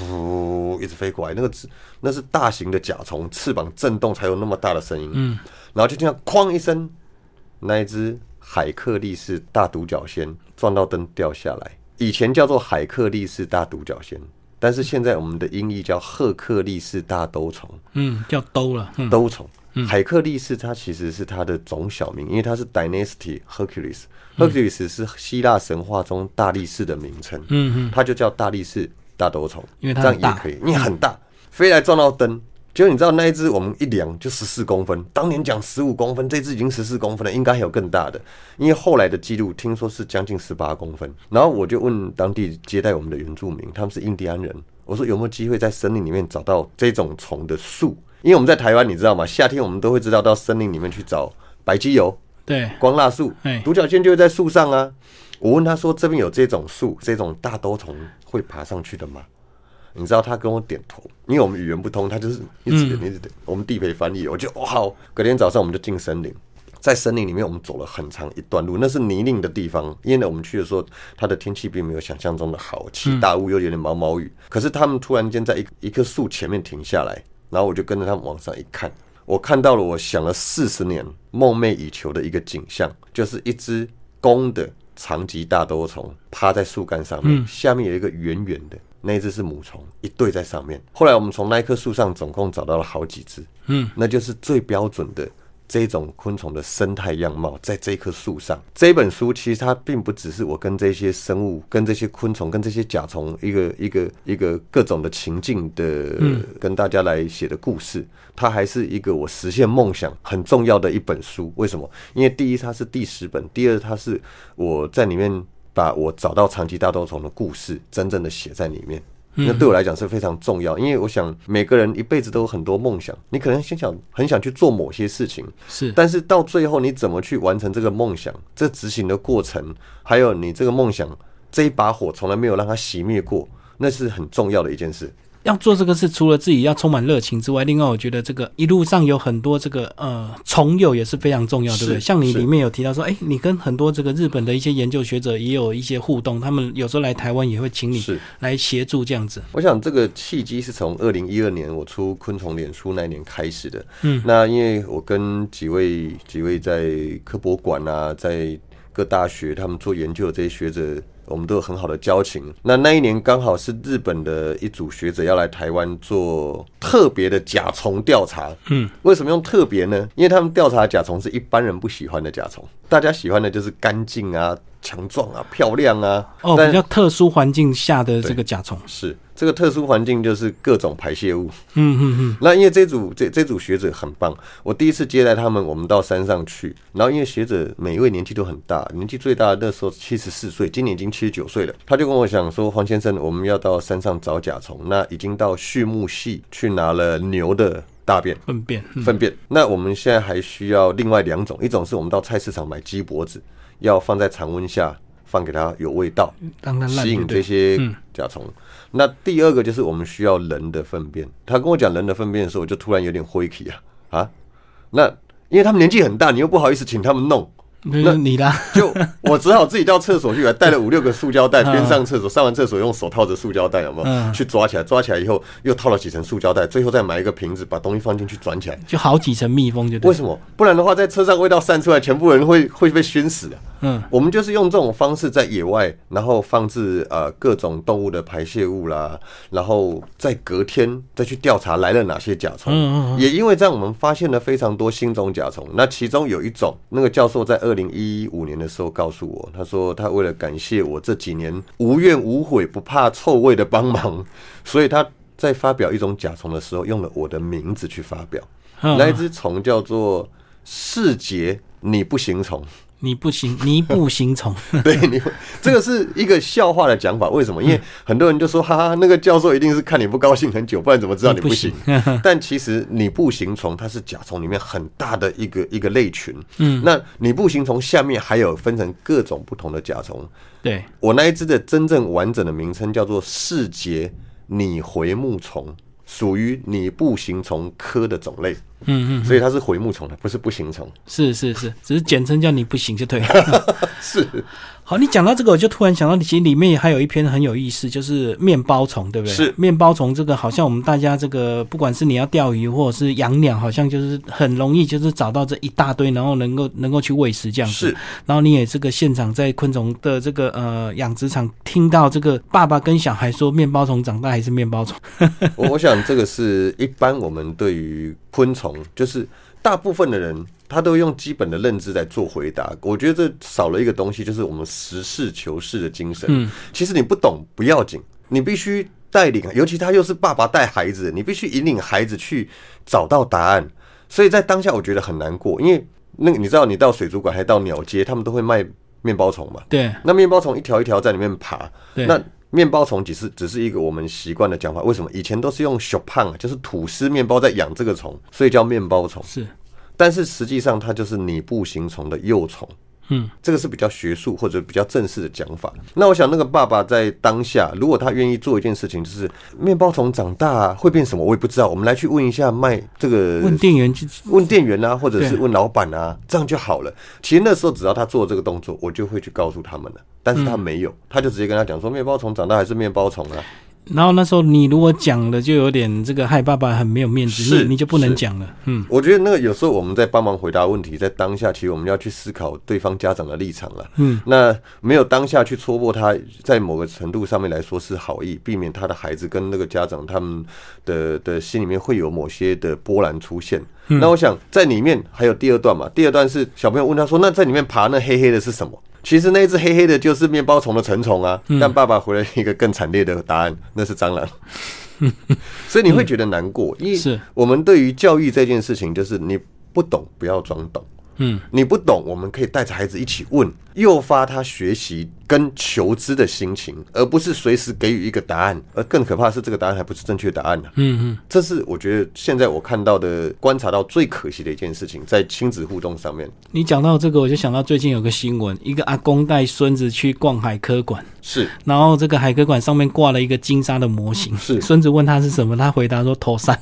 Speaker 2: 噗一直飞过来，那个是那是大型的甲虫，翅膀震动才有那么大的声音。嗯，然后就听到哐一声，那一只海克力士大独角仙撞到灯掉下来，以前叫做海克力士大独角仙。但是现在我们的音译叫赫克力士大兜虫，
Speaker 1: 嗯，叫兜了，嗯，
Speaker 2: 兜虫。海克力士它其实是它的总小名，因为它是 Dynasty Hercules。Hercules
Speaker 1: 嗯
Speaker 2: 是希腊神话中大力士的名称，嗯嗯，它就叫大力士大斗虫，
Speaker 1: 因为它
Speaker 2: 这样
Speaker 1: 很大
Speaker 2: 也可以，你很大，飞来撞到灯。结果你知道那一只我们一量就十四公分，当年讲十五公分，这只已经十四公分了，应该还有更大的，因为后来的记录听说是将近十八公分。然后我就问当地接待我们的原住民，他们是印第安人，我说有没有机会在森林里面找到这种虫的树？因为我们在台湾，你知道吗？夏天我们都会知道到森林里面去找白鸡油、
Speaker 1: 对，
Speaker 2: 光蜡树
Speaker 1: 哎，
Speaker 2: 独角仙就会在树上啊。我问他说：“这边有这种树，这种大兜虫会爬上去的吗？”你知道他跟我点头，因为我们语言不通，他就是一直点一直点。我们地陪翻译，我就哇好。隔天早上我们就进森林，在森林里面我们走了很长一段路，那是泥泞的地方，因为呢我们去的时候，它的天气并没有想象中的好，起大雾又有点毛毛雨。可是他们突然间在一一棵树前面停下来，然后我就跟着他们往上一看，我看到了我想了四十年梦寐以求的一个景象，就是一只公的长棘大兜虫趴在树干上面，下面有一个圆圆的，那一只是母虫，一对在上面。后来我们从那一棵树上总共找到了好几只，嗯，那就是最标准的。这种昆虫的生态样貌，在这棵树上，这本书其实它并不只是我跟这些生物、跟这些昆虫、跟这些甲虫一个一个一个各种的情境的、跟大家来写的故事，它还是一个我实现梦想很重要的一本书。为什么？因为第一它是第十本，第二它是我在里面把我找到长期大多虫的故事真正的写在里面。那对我来讲是非常重要，因为我想每个人一辈子都有很多梦想，你可能先想很想去做某些事情，
Speaker 1: 是，
Speaker 2: 但是到最后你怎么去完成这个梦想，这执行的过程，还有你这个梦想这一把火从来没有让它熄灭过，那是很重要的一件事。
Speaker 1: 要做这个事，除了自己要充满热情之外，另外我觉得这个一路上有很多这个呃虫友也是非常重要，对不对？
Speaker 2: 是
Speaker 1: 像你
Speaker 2: 是
Speaker 1: 里面有提到说，哎、你跟很多这个日本的一些研究学者也有一些互动，他们有时候来台湾也会请你
Speaker 2: 是
Speaker 1: 来协助这样子。
Speaker 2: 我想这个契机是从二零一二年我出昆虫脸书那一年开始的。嗯，那因为我跟几位几位在科博馆啊，在各大学他们做研究的这些学者，我们都有很好的交情。那那一年刚好是日本的一组学者要来台湾做特别的甲虫调查。嗯，为什么用特别呢？因为他们调查甲虫是一般人不喜欢的甲虫，大家喜欢的就是干净啊、强壮啊、漂亮啊。
Speaker 1: 哦，
Speaker 2: 但
Speaker 1: 比较特殊环境下的这个甲虫，
Speaker 2: 是这个特殊环境就是各种排泄物。嗯嗯嗯。那因为这组这这组学者很棒，我第一次接待他们，我们到山上去，然后因为学者每一位年纪都很大，年纪最大的那时候七十四岁，今年已经七十九岁了。他就跟我讲说，黄先生，我们要到山上找甲虫，那已经到畜牧系去拿了牛的大便。
Speaker 1: 粪便，嗯
Speaker 2: 粪便。那我们现在还需要另外两种，一种是我们到菜市场买鸡脖子，要放在常温下，放给它有味道，
Speaker 1: 让它烂
Speaker 2: 吸
Speaker 1: 就
Speaker 2: 引
Speaker 1: 对嗯
Speaker 2: 这些甲虫。那第二个就是我们需要人的粪便。他跟我讲人的粪便的时候，我就突然有点灰气啊啊！那因为他们年纪很大，你又不好意思请他们弄，
Speaker 1: 就是你啦， [LAUGHS]
Speaker 2: 就我只好自己到厕所去，还带了五六个塑胶袋，
Speaker 1: 嗯
Speaker 2: 边上厕所，上完厕所用手套着塑胶袋，有没有？去抓起来，抓起来以后又套了几层塑胶袋，最后再买一个瓶子，把东西放进去转起来。
Speaker 1: 就好几层蜜蜂就对
Speaker 2: 为。什么？不然的话，在车上味道散出来，全部人会会被熏死的。
Speaker 1: 嗯，
Speaker 2: 我们就是用这种方式在野外，然后放置呃各种动物的排泄物啦，然后在隔天再去调查来了哪些甲虫。
Speaker 1: 嗯
Speaker 2: 也因为这样，我们发现了非常多新种甲虫。那其中有一种，那个教授在二零一五年的时候告诉我，他说他为了感谢我这几年无怨无悔、不怕臭味的帮忙，所以他在发表一种甲虫的时候，用了我的名字去发表。
Speaker 1: 嗯
Speaker 2: 那一只虫叫做世节你不行虫， [LAUGHS]
Speaker 1: 你不行，泥不行虫，
Speaker 2: 对你，这个是一个笑话的讲法。为什么？因为很多人就说，哈哈，那个教授一定是看你不高兴很久，不然怎么知道你不行？ [LAUGHS] 但其实拟步行虫它是甲虫里面很大的一个一个类群。嗯，那拟步行虫下面还有分成各种不同的甲虫。
Speaker 1: 对，
Speaker 2: 我那一只的真正完整的名称叫做四节拟回目虫，属于拟步行虫科的种类。
Speaker 1: 嗯嗯，
Speaker 2: 所以它是回目虫，它不是不行虫。
Speaker 1: 是是是，只是简称叫你不行就对
Speaker 2: [LAUGHS]
Speaker 1: 了。
Speaker 2: 是，
Speaker 1: 好，你讲到这个，我就突然想到，其实里面还有一篇很有意思，就是面包虫，对不对？
Speaker 2: 是
Speaker 1: 面包虫这个，好像我们大家这个，不管是你要钓鱼或者是养鸟，好像就是很容易，就是找到这一大堆，然后能够能够去喂食这样子。
Speaker 2: 是，
Speaker 1: 然后你也这个现场在昆虫的这个呃养殖场听到这个爸爸跟小孩说，面包虫长大还是面包虫。
Speaker 2: [LAUGHS] 我我想这个是一般我们对于昆虫，就是大部分的人他都用基本的认知在做回答。我觉得这少了一个东西，就是我们实事求是的精神。嗯，其实你不懂不要紧，你必须带领，尤其他又是爸爸带孩子，你必须引领孩子去找到答案。所以在当下，我觉得很难过，因为那个你知道，你到水族馆还到鸟街，他们都会卖面包虫嘛。
Speaker 1: 对
Speaker 2: 那面包虫一条一条在里面爬，
Speaker 1: 对
Speaker 2: 那面包虫只是只是一个我们习惯的讲法，为什么以前都是用小胖，就是吐司面包在养这个虫，所以叫面包虫。
Speaker 1: 是，
Speaker 2: 但是实际上它就是拟步行虫的幼虫，
Speaker 1: 嗯，
Speaker 2: 这个是比较学术或者比较正式的讲法。那我想那个爸爸在当下，如果他愿意做一件事情，就是面包虫长大啊会变什么，我也不知道，我们来去问一下卖这个
Speaker 1: 问店员去
Speaker 2: 问店员啊，或者是
Speaker 1: 对
Speaker 2: 问老板啊，这样就好了。其实那时候只要他做这个动作，我就会去告诉他们了。但是他没有，他就直接跟他讲说，面包虫长大还是面包虫啊。
Speaker 1: 然后那时候你如果讲了，就有点这个害爸爸很没有面子，
Speaker 2: 是
Speaker 1: 你你就不能
Speaker 2: 是
Speaker 1: 讲了。嗯，
Speaker 2: 我觉得那个有时候我们在帮忙回答问题，在当下，其实我们要去思考对方家长的立场了。嗯，那没有当下去戳破他，在某个程度上面来说是好意，避免他的孩子跟那个家长他们的的心里面会有某些的波澜出现。那我想在里面还有第二段嘛，第二段是小朋友问他说：“那在里面爬那黑黑的是什么？”其实那一只黑黑的就是面包虫的成虫啊，但爸爸回了一个更惨烈的答案，那是蟑螂。所以你会觉得难过，因
Speaker 1: 是
Speaker 2: 为我们对于教育这件事情，就是你不懂不要装懂，
Speaker 1: 嗯，
Speaker 2: 你不懂，我们可以带着孩子一起问，诱发他学习跟求知的心情，而不是随时给予一个答案。而更可怕的是，这个答案还不是正确答案呢、嗯嗯，这是我觉得现在我看到的、观察到最可惜的一件事情，在亲子互动上面
Speaker 1: 你讲到这个，我就想到最近有个新闻，一个阿公带孙子去逛海科馆，
Speaker 2: 是
Speaker 1: 然后这个海科馆上面挂了一个金沙的模型，
Speaker 2: 嗯是
Speaker 1: 孙子问他是什么，他回答说头山。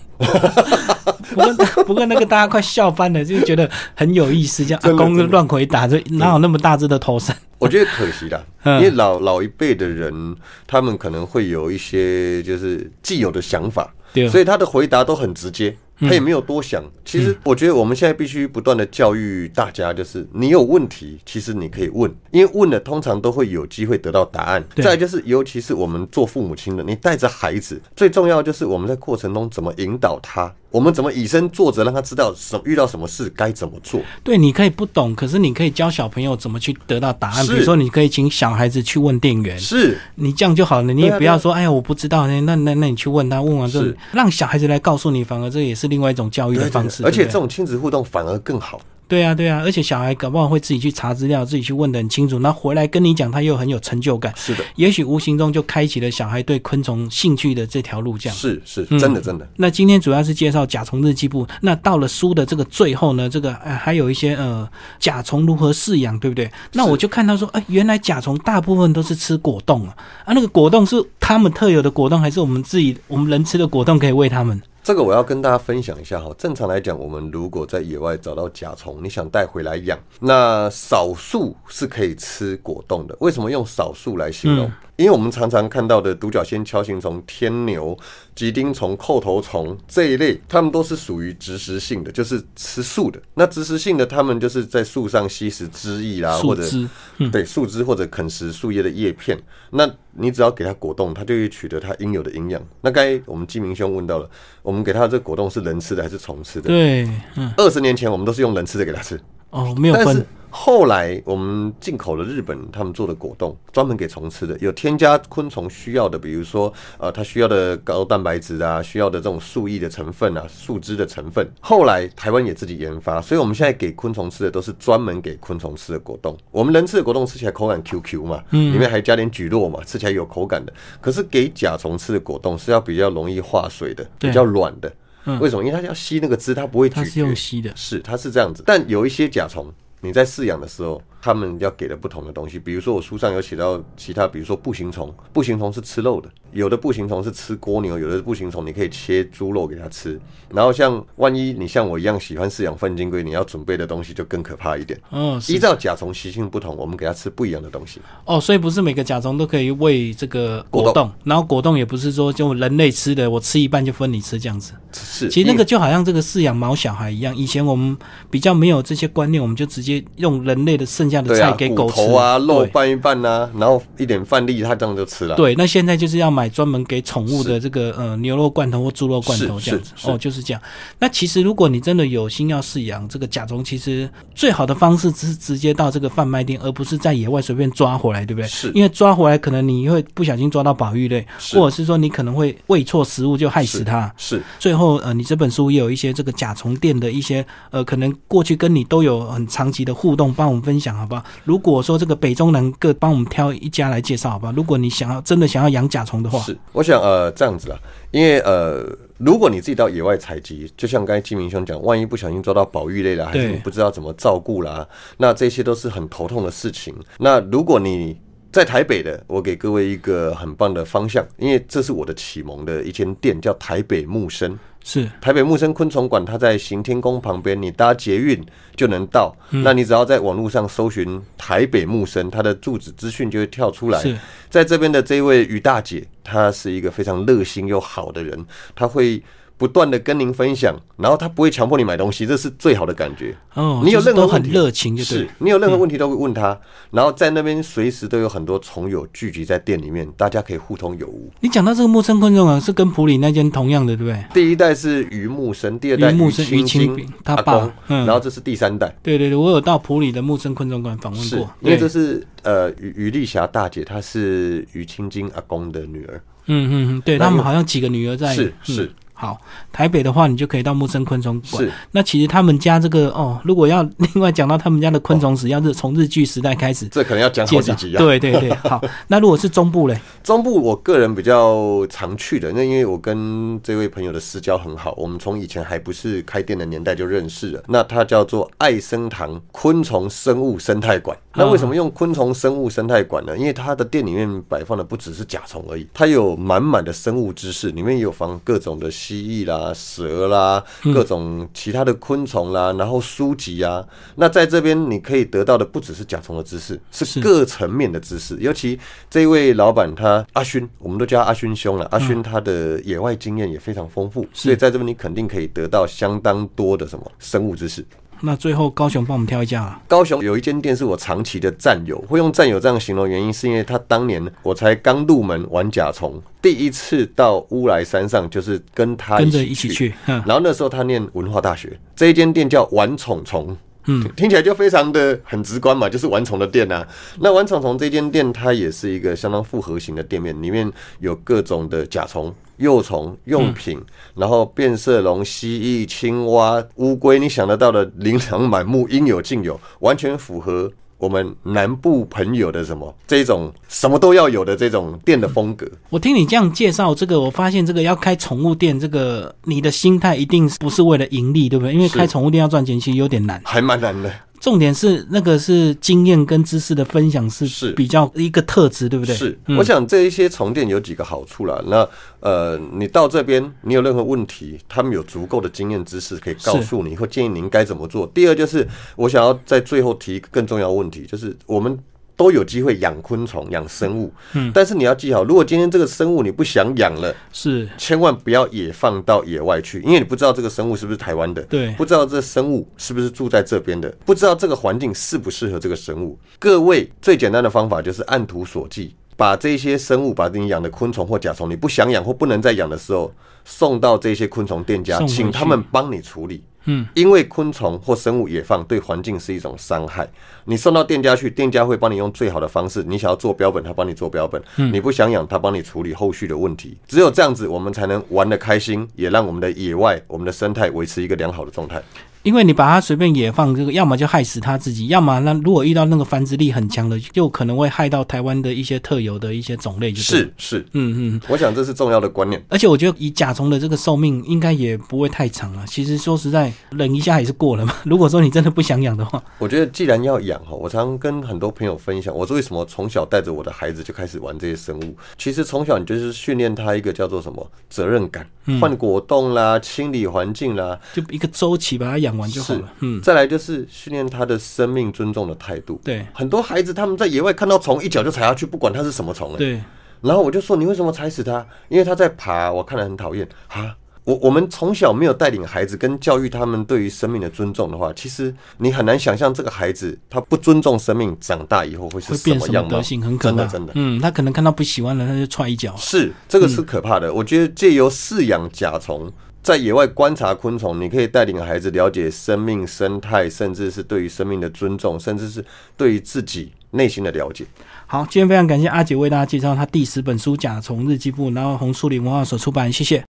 Speaker 1: 不过不过那个大家快笑翻了，就觉得很有意思，这样阿
Speaker 2: 真的
Speaker 1: 公就
Speaker 2: 真的
Speaker 1: 乱回答，这哪有那么大只的头山？
Speaker 2: 我觉得可
Speaker 1: [LAUGHS]
Speaker 2: 惜啦，
Speaker 1: 嗯
Speaker 2: 因为老老一辈的人，他们可能会有一些就是既有的想法
Speaker 1: 对，嗯
Speaker 2: 所以他的回答都很直接，他也没有多想。其实我觉得我们现在必须不断的教育大家，就是你有问题，其实你可以问，因为问了通常都会有机会得到答案。
Speaker 1: 对
Speaker 2: 再来就是，尤其是我们做父母亲的，你带着孩子，最重要就是我们在过程中怎么引导他，我们怎么以身作则，让他知道什遇到什么事该怎么做。
Speaker 1: 对，你可以不懂，可是你可以教小朋友怎么去得到答案。比
Speaker 2: 是
Speaker 1: 如说，你可以请小孩子去问店员，
Speaker 2: 是。
Speaker 1: 你这样就好了，你也
Speaker 2: 对啊
Speaker 1: 不要说，哎呀，我不知道，那那那那你去问他，问完之后
Speaker 2: 是
Speaker 1: 让小孩子来告诉你，反而这也是另外一种教育的方式，
Speaker 2: 而且
Speaker 1: 对不对
Speaker 2: 这种亲子互动反而更好。
Speaker 1: 对啊对啊，而且小孩搞不好会自己去查资料，自己去问的很清楚，那回来跟你讲，他又很有成就感，
Speaker 2: 是的，
Speaker 1: 也许无形中就开启了小孩对昆虫兴趣的这条路，这样。嗯
Speaker 2: 是是，真的真的。
Speaker 1: 那今天主要是介绍甲虫日记部。那到了书的这个最后呢，这个、呃、还有一些呃甲虫如何饲养，对不对？那我就看到说，哎、原来甲虫大部分都是吃果冻啊。啊，那个果冻是他们特有的果冻，还是我们自己我们人吃的果冻可以喂他们？
Speaker 2: 这个我要跟大家分享一下哈。正常来讲，我们如果在野外找到甲虫，你想带回来养，那少数是可以吃果冻的。为什么用少数来形
Speaker 1: 嗯
Speaker 2: 容？因为我们常常看到的独角仙、锹形虫、天牛、棘丁虫、扣头虫这一类，它们都是属于植食性的，就是吃素的。那植食性的，它们就是在树上吸食汁液啦，
Speaker 1: 树
Speaker 2: 啊或者
Speaker 1: 枝
Speaker 2: 对树枝或者啃食树叶的叶片，那你只要给它果冻，它就会取得它应有的营养。那该我们鸡鸣兄问到了，我们给它的这果冻是人吃的还是虫吃的？
Speaker 1: 对，嗯，
Speaker 2: 二十年前我们都是用人吃的给它吃，
Speaker 1: 哦，没有
Speaker 2: 但是
Speaker 1: 分，
Speaker 2: 后来我们进口了日本他们做的果冻，专门给虫吃的，有添加昆虫需要的，比如说呃它需要的高蛋白质啊，需要的这种树液的成分啊，树枝的成分。后来台湾也自己研发，所以我们现在给昆虫吃的都是专门给昆虫吃的果冻。我们人吃的果冻吃起来口感 QQ 嘛，
Speaker 1: 嗯
Speaker 2: 里面还加点蒟蒻嘛，吃起来有口感的。可是给甲虫吃的果冻是要比较容易化水的，
Speaker 1: 对
Speaker 2: 比较软的。
Speaker 1: 嗯
Speaker 2: 为什么？因为它要吸那个汁，它不会
Speaker 1: 它
Speaker 2: 咀
Speaker 1: 是用
Speaker 2: 嚼。
Speaker 1: 吸的，
Speaker 2: 是，它是这样子。但有一些甲虫，你在饲养的时候，他们要给的不同的东西，比如说我书上有写到其他，比如说步行虫，步行虫是吃肉的，有的步行虫是吃蜗牛，有的步行虫你可以切猪肉给它吃。然后像万一你像我一样喜欢饲养粪金龟，你要准备的东西就更可怕一点。
Speaker 1: 哦，
Speaker 2: 依
Speaker 1: 是
Speaker 2: 照甲虫习性不同，我们给它吃不一样的东西。
Speaker 1: 哦，所以不是每个甲虫都可以喂这个果
Speaker 2: 果
Speaker 1: 冻，然后果冻也不是说就人类吃的，我吃一半就分你吃这样子。
Speaker 2: 是，
Speaker 1: 其实那
Speaker 2: 因
Speaker 1: 个就好像这个饲养毛小孩一样，以前我们比较没有这些观念，我们就直接用人类的剩下的
Speaker 2: 对
Speaker 1: 菜
Speaker 2: 啊，
Speaker 1: 给
Speaker 2: 骨
Speaker 1: 狗吃
Speaker 2: 头啊，肉
Speaker 1: 对
Speaker 2: 拌一拌呐、然后一点饭粒，它这样就吃了。
Speaker 1: 对，那现在就是要买专门给宠物的这个呃牛肉罐头或猪肉罐头
Speaker 2: 是
Speaker 1: 这样子
Speaker 2: 是是
Speaker 1: 哦，就是这样。那其实如果你真的有心要饲养这个甲虫，其实最好的方式是直接到这个贩卖店，而不是在野外随便抓回来，对不对？
Speaker 2: 是
Speaker 1: 因为抓回来可能你会不小心抓到保育类，
Speaker 2: 是
Speaker 1: 或者是说你可能会喂错食物就害死它。
Speaker 2: 是
Speaker 1: 最后，呃，你这本书也有一些这个甲虫店的一些，呃，可能过去跟你都有很长期的互动，帮我们分享好不好？如果说这个北中南各帮我们挑一家来介绍好不好？如果你想要真的想要养甲虫的话，
Speaker 2: 是，我想呃这样子啦，因为呃，如果你自己到野外采集，就像刚才金明兄讲，万一不小心抓到保育类啦，还是
Speaker 1: 对
Speaker 2: 你不知道怎么照顾啦，那这些都是很头痛的事情。那如果你在台北的，我给各位一个很棒的方向，因为这是我的启蒙的一间店，叫台北木生。
Speaker 1: 是
Speaker 2: 台北木生昆虫馆，它在行天宫旁边，你搭捷运就能到。
Speaker 1: 嗯
Speaker 2: 那你只要在网络上搜寻台北木生，它的住址资讯就会跳出来。
Speaker 1: 是
Speaker 2: 在这边的这位于大姐，她是一个非常热心又好的人，她会不断的跟您分享，然后她不会强迫你买东西，这是最好的感觉。
Speaker 1: 哦，
Speaker 2: 你有
Speaker 1: 就是
Speaker 2: 任何
Speaker 1: 都很
Speaker 2: 问题
Speaker 1: 热情就对
Speaker 2: 是
Speaker 1: 了，
Speaker 2: 你有任何问题都会问她，然后在那边随时都有很多虫友聚集在店里面，大家可以互通有无。
Speaker 1: 你讲到这个木村昆虫啊，是跟普里那间同样的，对不对？
Speaker 2: 第一代是于木生，第二代
Speaker 1: 于木生
Speaker 2: 清
Speaker 1: 于清
Speaker 2: 金
Speaker 1: 兵他
Speaker 2: 阿
Speaker 1: 爸
Speaker 2: 公，
Speaker 1: 嗯
Speaker 2: 然后这是第三代。
Speaker 1: 对对对，我有到普里的木村昆虫馆访问
Speaker 2: 是
Speaker 1: 过，
Speaker 2: 因为
Speaker 1: 对
Speaker 2: 这是呃于于丽霞大姐，她是于清金阿公的女儿，
Speaker 1: 嗯嗯嗯，对
Speaker 2: 那
Speaker 1: 他
Speaker 2: 因为
Speaker 1: 们好像几个女儿在
Speaker 2: 是
Speaker 1: 嗯
Speaker 2: 是
Speaker 1: 好，台北的话，你就可以到木森昆虫馆
Speaker 2: 是。
Speaker 1: 那其实他们家这个哦，如果要另外讲到他们家的昆虫史，要是从日剧时代开始
Speaker 2: 这可能要讲好
Speaker 1: 介
Speaker 2: 几
Speaker 1: 绍。
Speaker 2: 集啊。
Speaker 1: 对对对，
Speaker 2: [LAUGHS]
Speaker 1: 好。那如果是中部嘞，
Speaker 2: 中部我个人比较常去的，那因为我跟这位朋友的私交很好，我们从以前还不是开店的年代就认识了。那它叫做爱生堂昆虫生物生态馆。那为什么用昆虫生物生态馆呢？因为它的店里面摆放的不只是甲虫而已，它有满满的生物知识，里面也有放各种的蜥蜴啦、蛇啦、各种其他的昆虫
Speaker 1: 嗯
Speaker 2: 啦，然后书籍啊。那在这边你可以得到的不只是甲虫的知识，
Speaker 1: 是
Speaker 2: 是各。各层面的知识，尤其这位老板他阿勋，我们都叫他阿勋
Speaker 1: 嗯
Speaker 2: 兄了。阿勋他的野外经验也非常丰富，所以在这边你肯定可以得到相当多的什么生物知识。
Speaker 1: 那最后高雄帮我们挑一家啊。
Speaker 2: 高雄有一间店是我长期的战友，会用战友这样形容，原因是因为他当年我才刚入门玩甲虫，第一次到乌来山上就是跟他
Speaker 1: 跟着一起去嗯
Speaker 2: 然后那时候他念文化大学，这一间店叫玩虫虫。嗯，听起来就非常的很直观嘛，就是玩虫的店啊。那玩虫虫这间店，它也是一个相当复合型的店面，里面有各种的甲虫、幼虫用品，然后变色龙、蜥蜴、青蛙、乌龟，你想得到的琳琅满目，应有尽有，完全符合我们南部朋友的什么这种什么都要有的这种店的风格。
Speaker 1: 我听你这样介绍这个，我发现这个要开宠物店，这个你的心态一定不是为了盈利，对不对？因为
Speaker 2: 是
Speaker 1: 开宠物店要赚钱，其实有点难。
Speaker 2: 还蛮难的，
Speaker 1: 重点是那个是经验跟知识的分享是
Speaker 2: 是
Speaker 1: 比较一个特质，对不嗯对？
Speaker 2: 是，我想这一些重店有几个好处啦。那呃，你到这边，你有任何问题，他们有足够的经验知识可以告诉你，或建议您该怎么做。第二就是，我想要在最后提一个更重要的问题，就是我们。都有机会养昆虫、养生物，嗯，但是你要记好，如果今天这个生物你不想养了，
Speaker 1: 是
Speaker 2: 千万不要也放到野外去，因为你不知道这个生物是不是台湾的，
Speaker 1: 对
Speaker 2: 不知道这生物是不是住在这边的，不知道这个环境适不适合这个生物。各位最简单的方法就是按图索骥，把这些生物，把你养的昆虫或甲虫，你不想养或不能再养的时候，送到这些昆虫店家，
Speaker 1: 送回去
Speaker 2: 请他们帮你处理。
Speaker 1: 嗯，
Speaker 2: 因为昆虫或生物野放对环境是一种伤害。你送到店家去，店家会帮你用最好的方式。你想要做标本，他帮你做标本；
Speaker 1: 嗯
Speaker 2: 你不想养，他帮你处理后续的问题。只有这样子，我们才能玩得开心，也让我们的野外、我们的生态维持一个良好的状态。
Speaker 1: 因为你把它随便野放，这个要么就害死它自己，要么那如果遇到那个繁殖力很强的，就可能会害到台湾的一些特有的一些种类就对了，
Speaker 2: 是是，
Speaker 1: 嗯嗯。
Speaker 2: 我想这是重要的观念。
Speaker 1: 而且我觉得以甲虫的这个寿命应该也不会太长了。其实说实在，忍一下也是过了嘛。 [LAUGHS] 如果说你真的不想养的话，
Speaker 2: 我觉得既然要养哈，我常跟很多朋友分享，我是为什么从小带着我的孩子就开始玩这些生物。其实从小你就是训练他一个叫做什么责任感，
Speaker 1: 嗯
Speaker 2: 换果冻啦、清理环境啦，
Speaker 1: 就一个周期把它养完就好
Speaker 2: 是
Speaker 1: 了。，嗯，
Speaker 2: 再来就是训练他的生命尊重的态度。
Speaker 1: 对
Speaker 2: 很多孩子他们在野外看到虫，一脚就踩下去，不管它是什么虫、欸，
Speaker 1: 对，
Speaker 2: 然后我就说你为什么踩死它？因为它在爬，我看了很讨厌啊。我我们从小没有带领孩子跟教育他们对于生命的尊重的话，其实你很难想象这个孩子他不尊重生命，长大以后会是
Speaker 1: 会
Speaker 2: 什
Speaker 1: 变
Speaker 2: 么
Speaker 1: 什么
Speaker 2: 样貌？
Speaker 1: 德性，很可
Speaker 2: 真
Speaker 1: 怕。
Speaker 2: 的真的。
Speaker 1: 嗯，他可能看到不喜欢了，他就踹一脚。
Speaker 2: 是，这个是可怕的。我觉得借由饲养甲虫，在野外观察昆虫，你可以带领孩子了解生命、生态，甚至是对于生命的尊重，甚至是对于自己内心的了解。
Speaker 1: 好，今天非常感谢阿杰为大家介绍他第十本书《甲虫日记簿》，然后红树林文化所出版，谢谢。